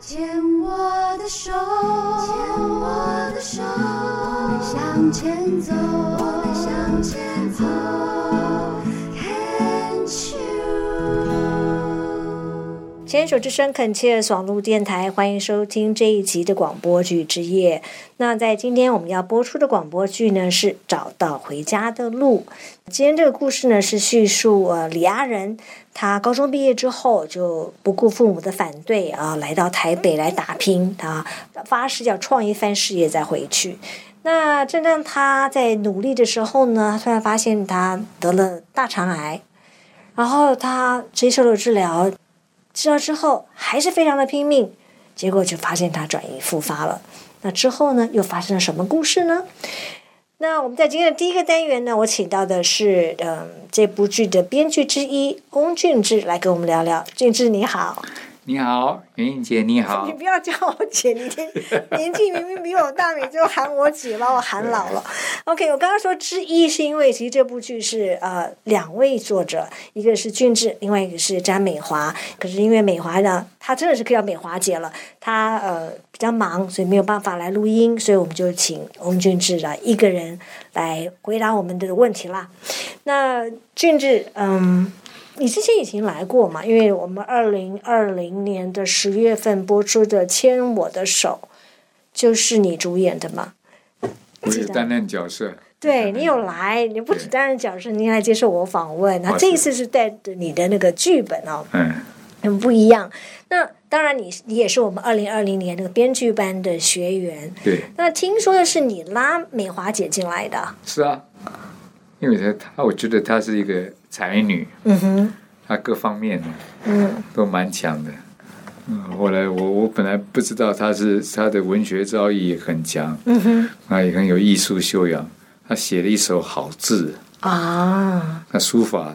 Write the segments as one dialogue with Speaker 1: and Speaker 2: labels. Speaker 1: 牵我的手，牵我的手，我们向前走，我们向前走。Can't you？
Speaker 2: 牵手之声，恳切爽路电台，欢迎收听这一集的广播剧之夜。那在今天我们要播出的广播剧呢是《找到回家的路》。今天这个故事呢是叙述呃李阿仁，他高中毕业之后就不顾父母的反对啊，来到台北来打拼啊，发誓要创一番事业再回去。那正当他在努力的时候呢，他突然发现他得了大肠癌，然后他接受了治疗，治疗之后还是非常的拼命，结果就发现他转移复发了。那之后呢，又发生了什么故事呢？那我们在今天的第一个单元呢，我请到的是嗯、这部剧的编剧之一翁俊志来跟我们聊聊。俊志你好，
Speaker 3: 你好，袁颖姐，你 好
Speaker 2: 你。不要叫我姐，你年年纪明明比我大，你就喊我姐，把我喊老了。OK，我刚刚说之一是因为其实这部剧是呃两位作者，一个是俊志，另外一个是詹美华。可是因为美华呢，她真的是叫美华姐了，她呃比较忙，所以没有办法来录音，所以我们就请翁俊志来一个人来回答我们的问题啦。那俊志，嗯。你之前已经来过嘛？因为我们二零二零年的十月份播出的《牵我的手》，就是你主演的嘛？
Speaker 3: 我也担任角色。
Speaker 2: 对你有来，你不只
Speaker 3: 对
Speaker 2: 担任讲师，你还来接受我访问。那
Speaker 3: 啊
Speaker 2: 这一
Speaker 3: 是
Speaker 2: 次是带着你的那个剧本哦，
Speaker 3: 嗯，
Speaker 2: 很不一样。那当然你，你也是我们二零二零年那个编剧班的学员。
Speaker 3: 对，
Speaker 2: 那听说的是你拉美华姐进来的，
Speaker 3: 是啊，因为她她，我觉得她是一个才女，
Speaker 2: 嗯哼，
Speaker 3: 她各方面呢
Speaker 2: 嗯
Speaker 3: 都蛮强的。嗯，后来我我本来不知道她是她的文学造诣也很强，
Speaker 2: 嗯哼，
Speaker 3: 啊也很有艺术修养。她写了一手好字，
Speaker 2: 啊，
Speaker 3: 那书法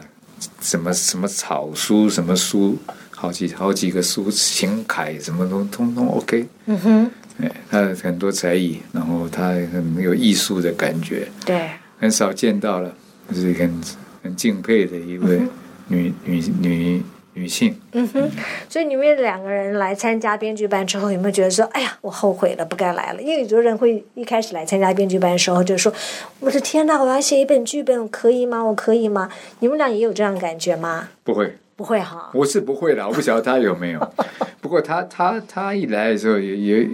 Speaker 3: 什么什么草书什么书，好几好几个书行楷什么都通通 OK。
Speaker 2: 嗯哼，
Speaker 3: 哎，他很多才艺，然后他很有艺术的感觉，
Speaker 2: 对，
Speaker 3: 很少见到了，就是很很敬佩的一位女、女女女性。
Speaker 2: 嗯哼，所以你们两个人来参加编剧班之后，有没有觉得说，哎呀，我后悔了，不该来了？因为有的人会一开始来参加编剧班的时候就说，我的天呐，我要写一本剧本，我可以吗？我可以吗？你们俩也有这样的感觉吗？
Speaker 3: 不会，
Speaker 2: 不会哈，
Speaker 3: 我是不会啦，我不晓得她有没有。不过她她她一来的时候也也，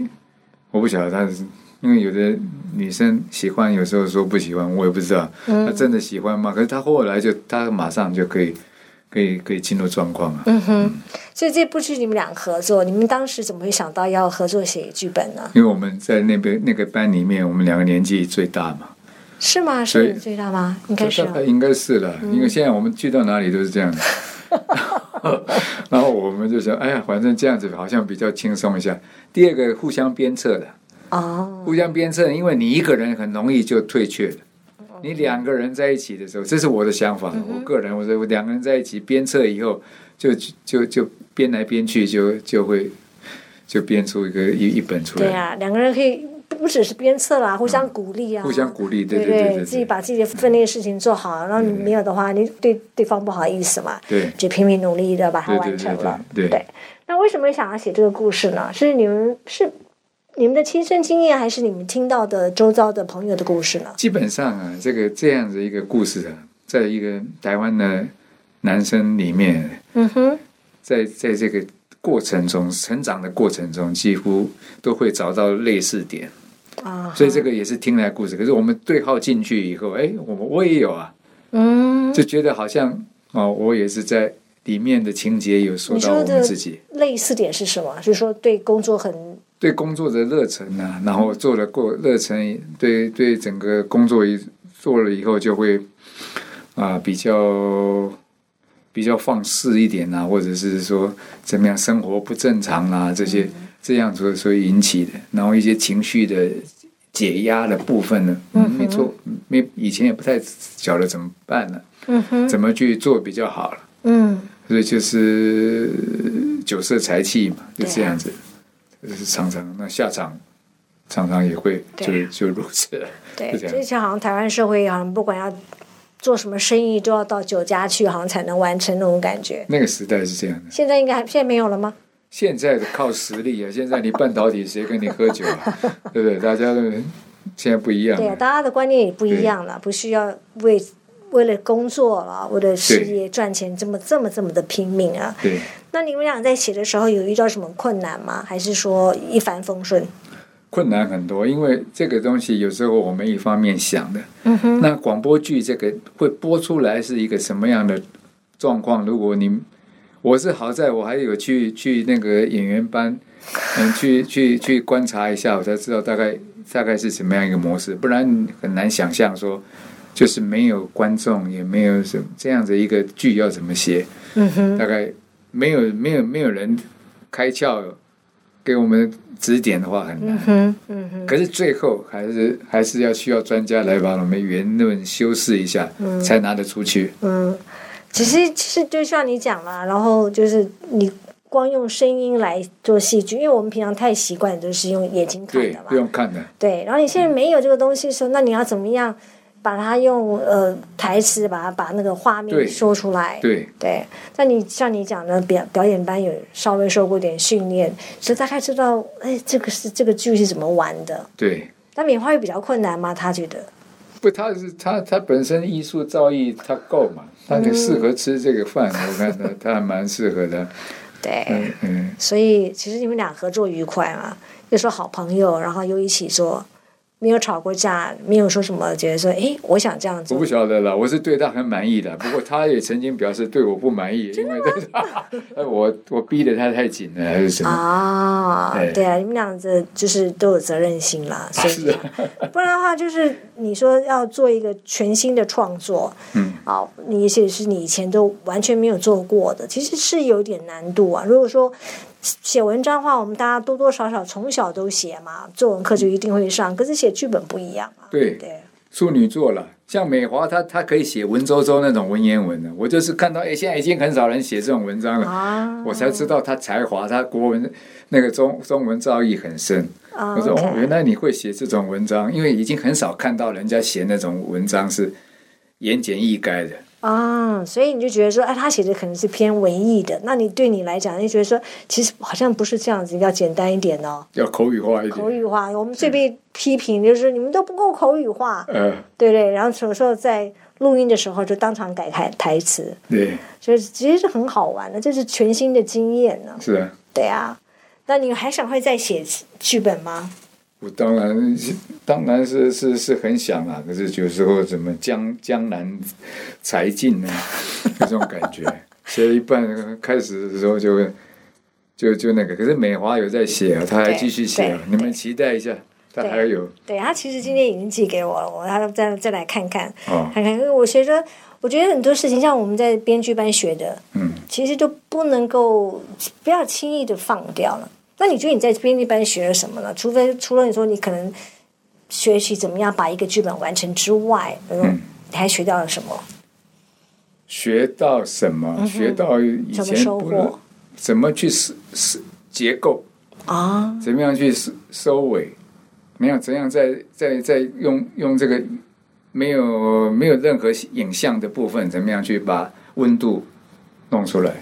Speaker 3: 我不晓得她是。因为有的女生喜欢，有时候说不喜欢，我也不知道她真的喜欢吗？可是她后来就，她马上就可以，可以，可以进入状况啊。
Speaker 2: 嗯哼，所以这部剧你们俩合作，你们当时怎么会想到要合作写剧本呢？
Speaker 3: 因为我们在那边那个班里面，我们两个年纪最大嘛，
Speaker 2: 是吗？
Speaker 3: 所以
Speaker 2: 是你最大吗？应该是
Speaker 3: 大概应该是了，因为现在我们去到哪里都是这样的。然后我们就想，哎呀，反正这样子好像比较轻松一下。第二个，互相鞭策的，
Speaker 2: 哦，
Speaker 3: 互相鞭策，因为你一个人很容易就退却了。你两个人在一起的时候，这是我的想法，我个人，我说我两个人在一起鞭策以后，就就就编来编去，就就会就编出一个一一本出
Speaker 2: 对啊
Speaker 3: 来，
Speaker 2: 呀、两个人可以不不只是鞭策啦，互相鼓励啊，
Speaker 3: 嗯互相鼓励，对
Speaker 2: 对
Speaker 3: 对对对
Speaker 2: 自己
Speaker 3: 对，
Speaker 2: 把自己的分内事情做好，然后你
Speaker 3: 对对
Speaker 2: 没有的话，你对对方不好意思嘛，
Speaker 3: 对
Speaker 2: 就拼命努力的把它
Speaker 3: 对对
Speaker 2: 完成了。
Speaker 3: 对对对
Speaker 2: 那为什么想要写这个故事呢？是你们是你们的亲身经验，还是你们听到的周遭的朋友的故事呢？
Speaker 3: 基本上啊，这个这样子一个故事啊，在一个台湾的男生里面，
Speaker 2: 嗯哼，
Speaker 3: 在在这个过程中成长的过程中，几乎都会找到类似点，
Speaker 2: 啊，
Speaker 3: 所以这个也是听来的故事。可是我们对号进去以后，哎，我们我也有啊，
Speaker 2: 嗯，
Speaker 3: 就觉得好像哦，我也是在里面的情节有说
Speaker 2: 你
Speaker 3: 到
Speaker 2: 说
Speaker 3: 我
Speaker 2: 的
Speaker 3: 们自己。
Speaker 2: 类似点是什么？是说对工作很
Speaker 3: 对工作的热忱啊，然后做了过热忱，对对整个工作一做了以后，就会啊、比较比较放肆一点啊，或者是说怎么样生活不正常啊这些
Speaker 2: 嗯
Speaker 3: 这样所所引起的，然后一些情绪的解压的部分呢，嗯、没错，没以前也不太晓得怎么办了、
Speaker 2: 嗯哼
Speaker 3: 怎么去做比较好了，
Speaker 2: 嗯
Speaker 3: 所以就是呃酒色财气嘛，就
Speaker 2: 对啊
Speaker 3: 这样子。就是常常那下场，常常也会
Speaker 2: 对啊
Speaker 3: 就就如此了。
Speaker 2: 对，
Speaker 3: 就这样
Speaker 2: 之前好像台湾社会好像不管要做什么生意都要到酒家去，好像才能完成那种感觉。
Speaker 3: 那个时代是这样的，
Speaker 2: 现在应该还现在没有了吗？
Speaker 3: 现在的靠实力啊，现在你半导体谁跟你喝酒啊？ 对不对？大家都现在不一样
Speaker 2: 对啊，
Speaker 3: 了
Speaker 2: 大家的观念也不一样了，不需要为为了工作了，为了事业赚钱这么这么这么的拼命啊。
Speaker 3: 对。
Speaker 2: 那你们俩在写的时候有遇到什么困难吗？还是说一帆风顺？
Speaker 3: 困难很多，因为这个东西有时候我们一方面想的，
Speaker 2: 嗯
Speaker 3: 那广播剧这个会播出来是一个什么样的状况？如果你我是好在我还有去去那个演员班，嗯，去去去观察一下，我才知道大概大概是什么样一个模式，不然很难想象说就是没有观众，也没有什么这样的一个剧要怎么写，
Speaker 2: 嗯哼，
Speaker 3: 大概没有没有没有人开窍给我们指点的话很难。
Speaker 2: 嗯哼，嗯哼，
Speaker 3: 可是最后还是还是要需要专家来把我们言论修饰一下，才拿得出去。
Speaker 2: 嗯。其实，其实就像你讲啦，然后就是你光用声音来做戏剧，因为我们平常太习惯就是用眼睛看
Speaker 3: 对
Speaker 2: 的嘛，，
Speaker 3: 不用看的，
Speaker 2: 对，然后你现在
Speaker 3: 嗯
Speaker 2: 没有这个东西的时候，那你要怎么样把它用呃台词把它把那个画面
Speaker 3: 对
Speaker 2: 说出来？
Speaker 3: 对
Speaker 2: 对，那你像你讲的表表演班有稍微受过点训练，所以大概知道哎这个是这个剧是怎么玩的。
Speaker 3: 对。
Speaker 2: 但棉花语比较困难吗？他觉得
Speaker 3: 不，他是他他本身艺术造诣他够嘛，他很适合吃这个饭，我看他他还蛮适合的。
Speaker 2: 对，
Speaker 3: 嗯 嗯，
Speaker 2: 所以其实你们俩合作愉快嘛，又说好朋友，然后又一起做。没有吵过架，没有说什么，觉得说，哎，我想这样
Speaker 3: 我
Speaker 2: 做
Speaker 3: 不，晓得了，我是对他很满意的，不过他也曾经表示对我不满 意，因为我我逼得他太紧了还是什么？
Speaker 2: 啊，
Speaker 3: 对
Speaker 2: 对啊，你们俩这就是都有责任心 啦，所以
Speaker 3: 是啊，
Speaker 2: 不然的话就是你说要做一个全新的创作，
Speaker 3: 嗯，
Speaker 2: 啊，你也许是你以前都完全没有做过的，其实是有点难度啊。如果说写文章的话，我们大家多多少少从小都写嘛，作文课就一定会上，可是写剧本不一样啊，
Speaker 3: 对
Speaker 2: 对，
Speaker 3: 处女座了，像美华她她可以写文绉绉那种文言文的，我就是看到哎，现在已经很少人写这种文章了，
Speaker 2: 啊
Speaker 3: 我才知道她才华，她国文那个中中文造诣很深。
Speaker 2: 啊
Speaker 3: 我说哦，
Speaker 2: ，OK，
Speaker 3: 原来你会写这种文章，因为已经很少看到人家写那种文章是言简意赅的。
Speaker 2: 啊，所以你就觉得说，哎，他写的可能是偏文艺的，那你对你来讲，你就觉得说，其实好像不是这样子，要简单一点哦。
Speaker 3: 要口语化一
Speaker 2: 口
Speaker 3: 点，
Speaker 2: 语化，我们最被批评就是你们都不够口语化，
Speaker 3: 呃，
Speaker 2: 对不对？然后有时候在录音的时候就当场改台台词，
Speaker 3: 对，
Speaker 2: 就是其实是很好玩的，这是全新的经验呢、
Speaker 3: 是啊，
Speaker 2: 对啊，那你还想会再写剧本吗？
Speaker 3: 我当然是当然是是是很想啊，可是有时候怎么江江南才尽呢？有 这种感觉，写一半开始的时候就就就那个，可是美华有在写啊，他还
Speaker 2: 对
Speaker 3: 继续写啊，
Speaker 2: 对
Speaker 3: 你们期待一下，他还有
Speaker 2: 对他其实今天已经寄给我了，我他再再来看看
Speaker 3: 哦，
Speaker 2: 看看，因为我觉得我觉得很多事情，像我们在编剧班学的，
Speaker 3: 嗯，
Speaker 2: 其实都不能够不要轻易的放掉了。那你觉得你在编辑班学了什么呢？除非除了你说你可能学习怎么样把一个剧本完成之外，嗯，你还学到了什么？
Speaker 3: 学到什么？学到以
Speaker 2: 嗯什么
Speaker 3: 前
Speaker 2: 收
Speaker 3: 不
Speaker 2: 获
Speaker 3: 怎么去是是结构，
Speaker 2: 啊？
Speaker 3: 怎么样去收收尾？没有怎样在在在用用这个没有没有任何影像的部分，怎么样去把温度弄出来？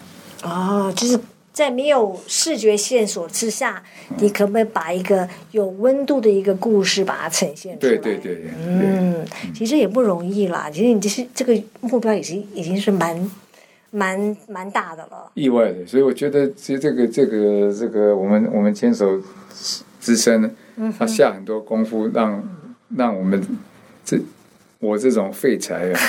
Speaker 2: 哦，就是在没有视觉线索之下，
Speaker 3: 嗯
Speaker 2: 你可不可以把一个有温度的一个故事把它呈现出来？
Speaker 3: 对对对对，
Speaker 2: 嗯，其实也不容易啦。其实你这是这个目标已经已经是蛮蛮蛮大的了。
Speaker 3: 意外的，所以我觉得其实这个这个这个，我们我们牵手之声，他下很多功夫让，让我们这我这种废材啊，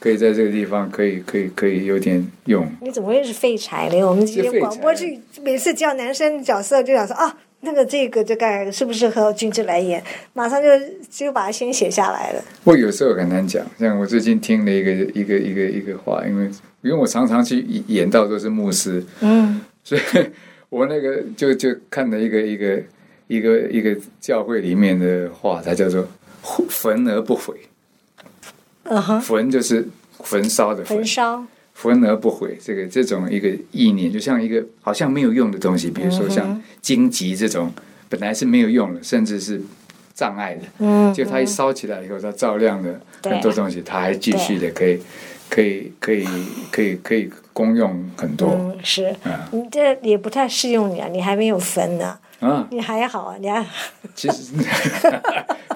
Speaker 3: 可以在这个地方可以可以可以有点用。
Speaker 2: 你怎么会是废柴嘞？我们这
Speaker 3: 是
Speaker 2: 些
Speaker 3: 废
Speaker 2: 广播
Speaker 3: 柴啊
Speaker 2: 剧每次叫男生角色就想说啊，那个这个这个适不适合君之来演，马上就就把它先写下来了。
Speaker 3: 不过有时候很难讲，像我最近听了一个一个一个一个话，因为因为我常常去演到都是牧师，
Speaker 2: 嗯，
Speaker 3: 所以 我那个就就看了一个一个一个一个教会里面的话，它叫做“焚而不毁”。
Speaker 2: 嗯哼，
Speaker 3: 焚就是焚烧的啊焚
Speaker 2: 焚，烧，
Speaker 3: 焚而不毁，这个这种一个意念，就像一个好像没有用的东西，比如说像荆棘这种，本来是没有用的，甚至是障碍的，
Speaker 2: 嗯，
Speaker 3: 就它一烧起来以后，它照亮了
Speaker 2: 对
Speaker 3: 很多东西，它还继续的可以可以可以可以可以公用很多
Speaker 2: 嗯，是
Speaker 3: 啊
Speaker 2: 你这也不太适用你啊，你还没有分呢，
Speaker 3: 啊。
Speaker 2: 你还好啊，你还
Speaker 3: 其实，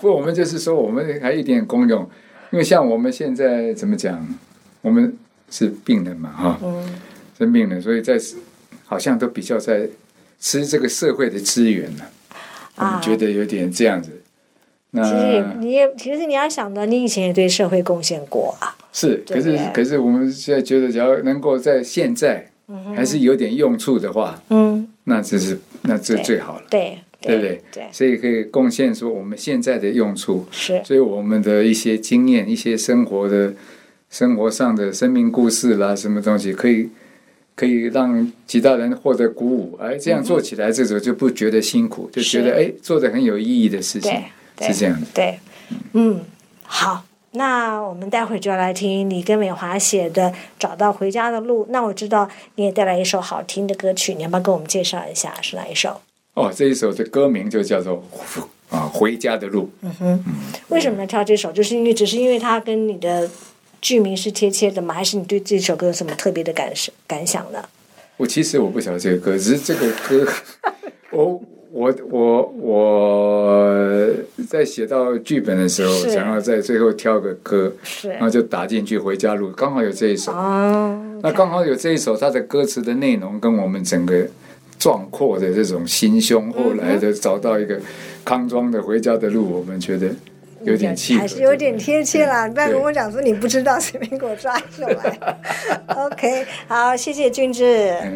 Speaker 3: 不，我们就是说，我们还有一点功用，因为像我们现在怎么讲，我们是病人嘛，哈、
Speaker 2: 嗯
Speaker 3: 生病了，所以在好像都比较在吃这个社会的资源了， 我
Speaker 2: 啊
Speaker 3: 们觉得有点这样子。
Speaker 2: 其实也
Speaker 3: 那
Speaker 2: 你也其实你要想的，你以前也对社会贡献过啊，
Speaker 3: 是，
Speaker 2: 对
Speaker 3: 可是可是我们现在觉得，只要能够在现在还是有点用处的话，
Speaker 2: 嗯，
Speaker 3: 那这是那这
Speaker 2: 对
Speaker 3: 最好了，
Speaker 2: 对
Speaker 3: 对不
Speaker 2: 对
Speaker 3: 对？所以可以贡献说我们现在的用处。
Speaker 2: 是
Speaker 3: 所以我们的一些经验、一些生活的、生活上的生命故事啦，什么东西可以可以让其他人获得鼓舞，哎，这样做起来，这种就不觉得辛苦，就觉
Speaker 2: 是
Speaker 3: 得哎，做的很有意义的事情
Speaker 2: 对，对
Speaker 3: 是这样的。
Speaker 2: 对，嗯，好，那我们待会儿就要来听你跟美华写的《找到回家的路》。那我知道你也带来一首好听的歌曲，你要不要给我们介绍一下是哪一首？
Speaker 3: 哦，这一首的歌名就叫做《啊回家的路》，
Speaker 2: 为什么要挑这首？就是因为只是因为它跟你的剧名是贴切的吗？还是你对这首歌有什么特别的感受感想呢？
Speaker 3: 我其实我不晓得这个歌，只是这个歌，我 我我我在写到剧本的时候，
Speaker 2: 是
Speaker 3: 想要在最后挑个歌，
Speaker 2: 是
Speaker 3: 然后就打进去《回家路》，刚好有这一首。
Speaker 2: 哦，
Speaker 3: 那刚好有这一首，它的歌词的内容跟我们整个壮阔的这种心胸，后
Speaker 2: 嗯
Speaker 3: 来的找到一个康庄的回家的路，我们觉得有点契合，
Speaker 2: 还是有点贴切啦。你不要
Speaker 3: 对
Speaker 2: 跟我讲说你不知道， 随便给我抓一首来。OK，好，谢谢君志。
Speaker 3: 嗯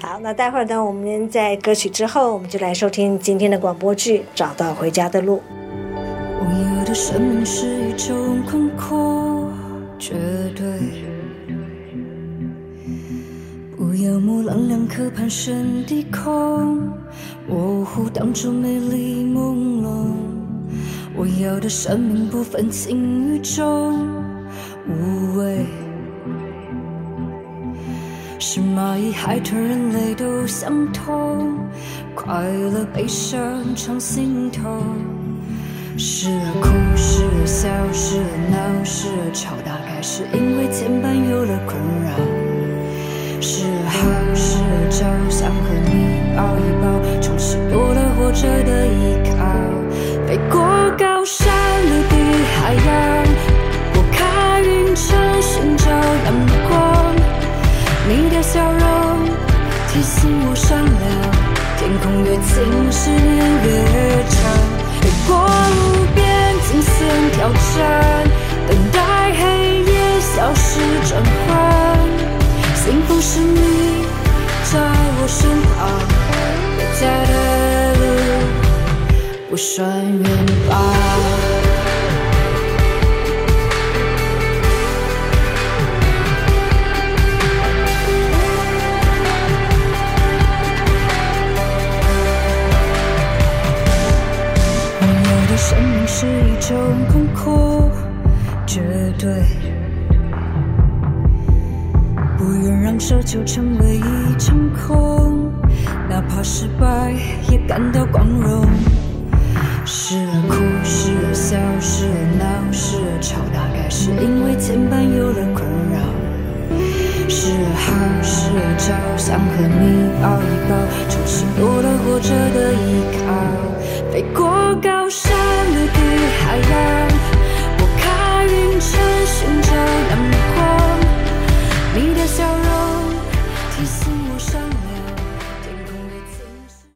Speaker 2: 好，那待会儿呢，我们在歌曲之后，我们就来收听今天的广播剧《找到回家的路》。
Speaker 1: 我有的生命是一种困惑，绝对不要模棱两可，盘旋低空，模糊当中美丽朦胧。我要的生命不分轻与重，无畏。是蚂蚁、海豚、人类都相同，快乐、悲伤常心头。是了哭，是了笑，是了闹，是了吵，大概是因为牵绊有了困扰。是了好，是了招，想和你抱一抱，重拾多了活着的依靠。飞过高山，陆地、海洋，拨开云层，寻找阳光。你的笑容提醒我善良，天空越近，思念越长。越过路边，惊险挑战，等待黑夜消失转换。幸福是你在我身旁，回家的路不算远吧。我有的生命是一种空阔，绝对不愿让奢求成为一场空，哪怕失败也感到光荣。是了哭，是了笑，是了闹，是了吵，大概是因为牵绊有了困扰。是好，是招，想和你抱一抱，重新多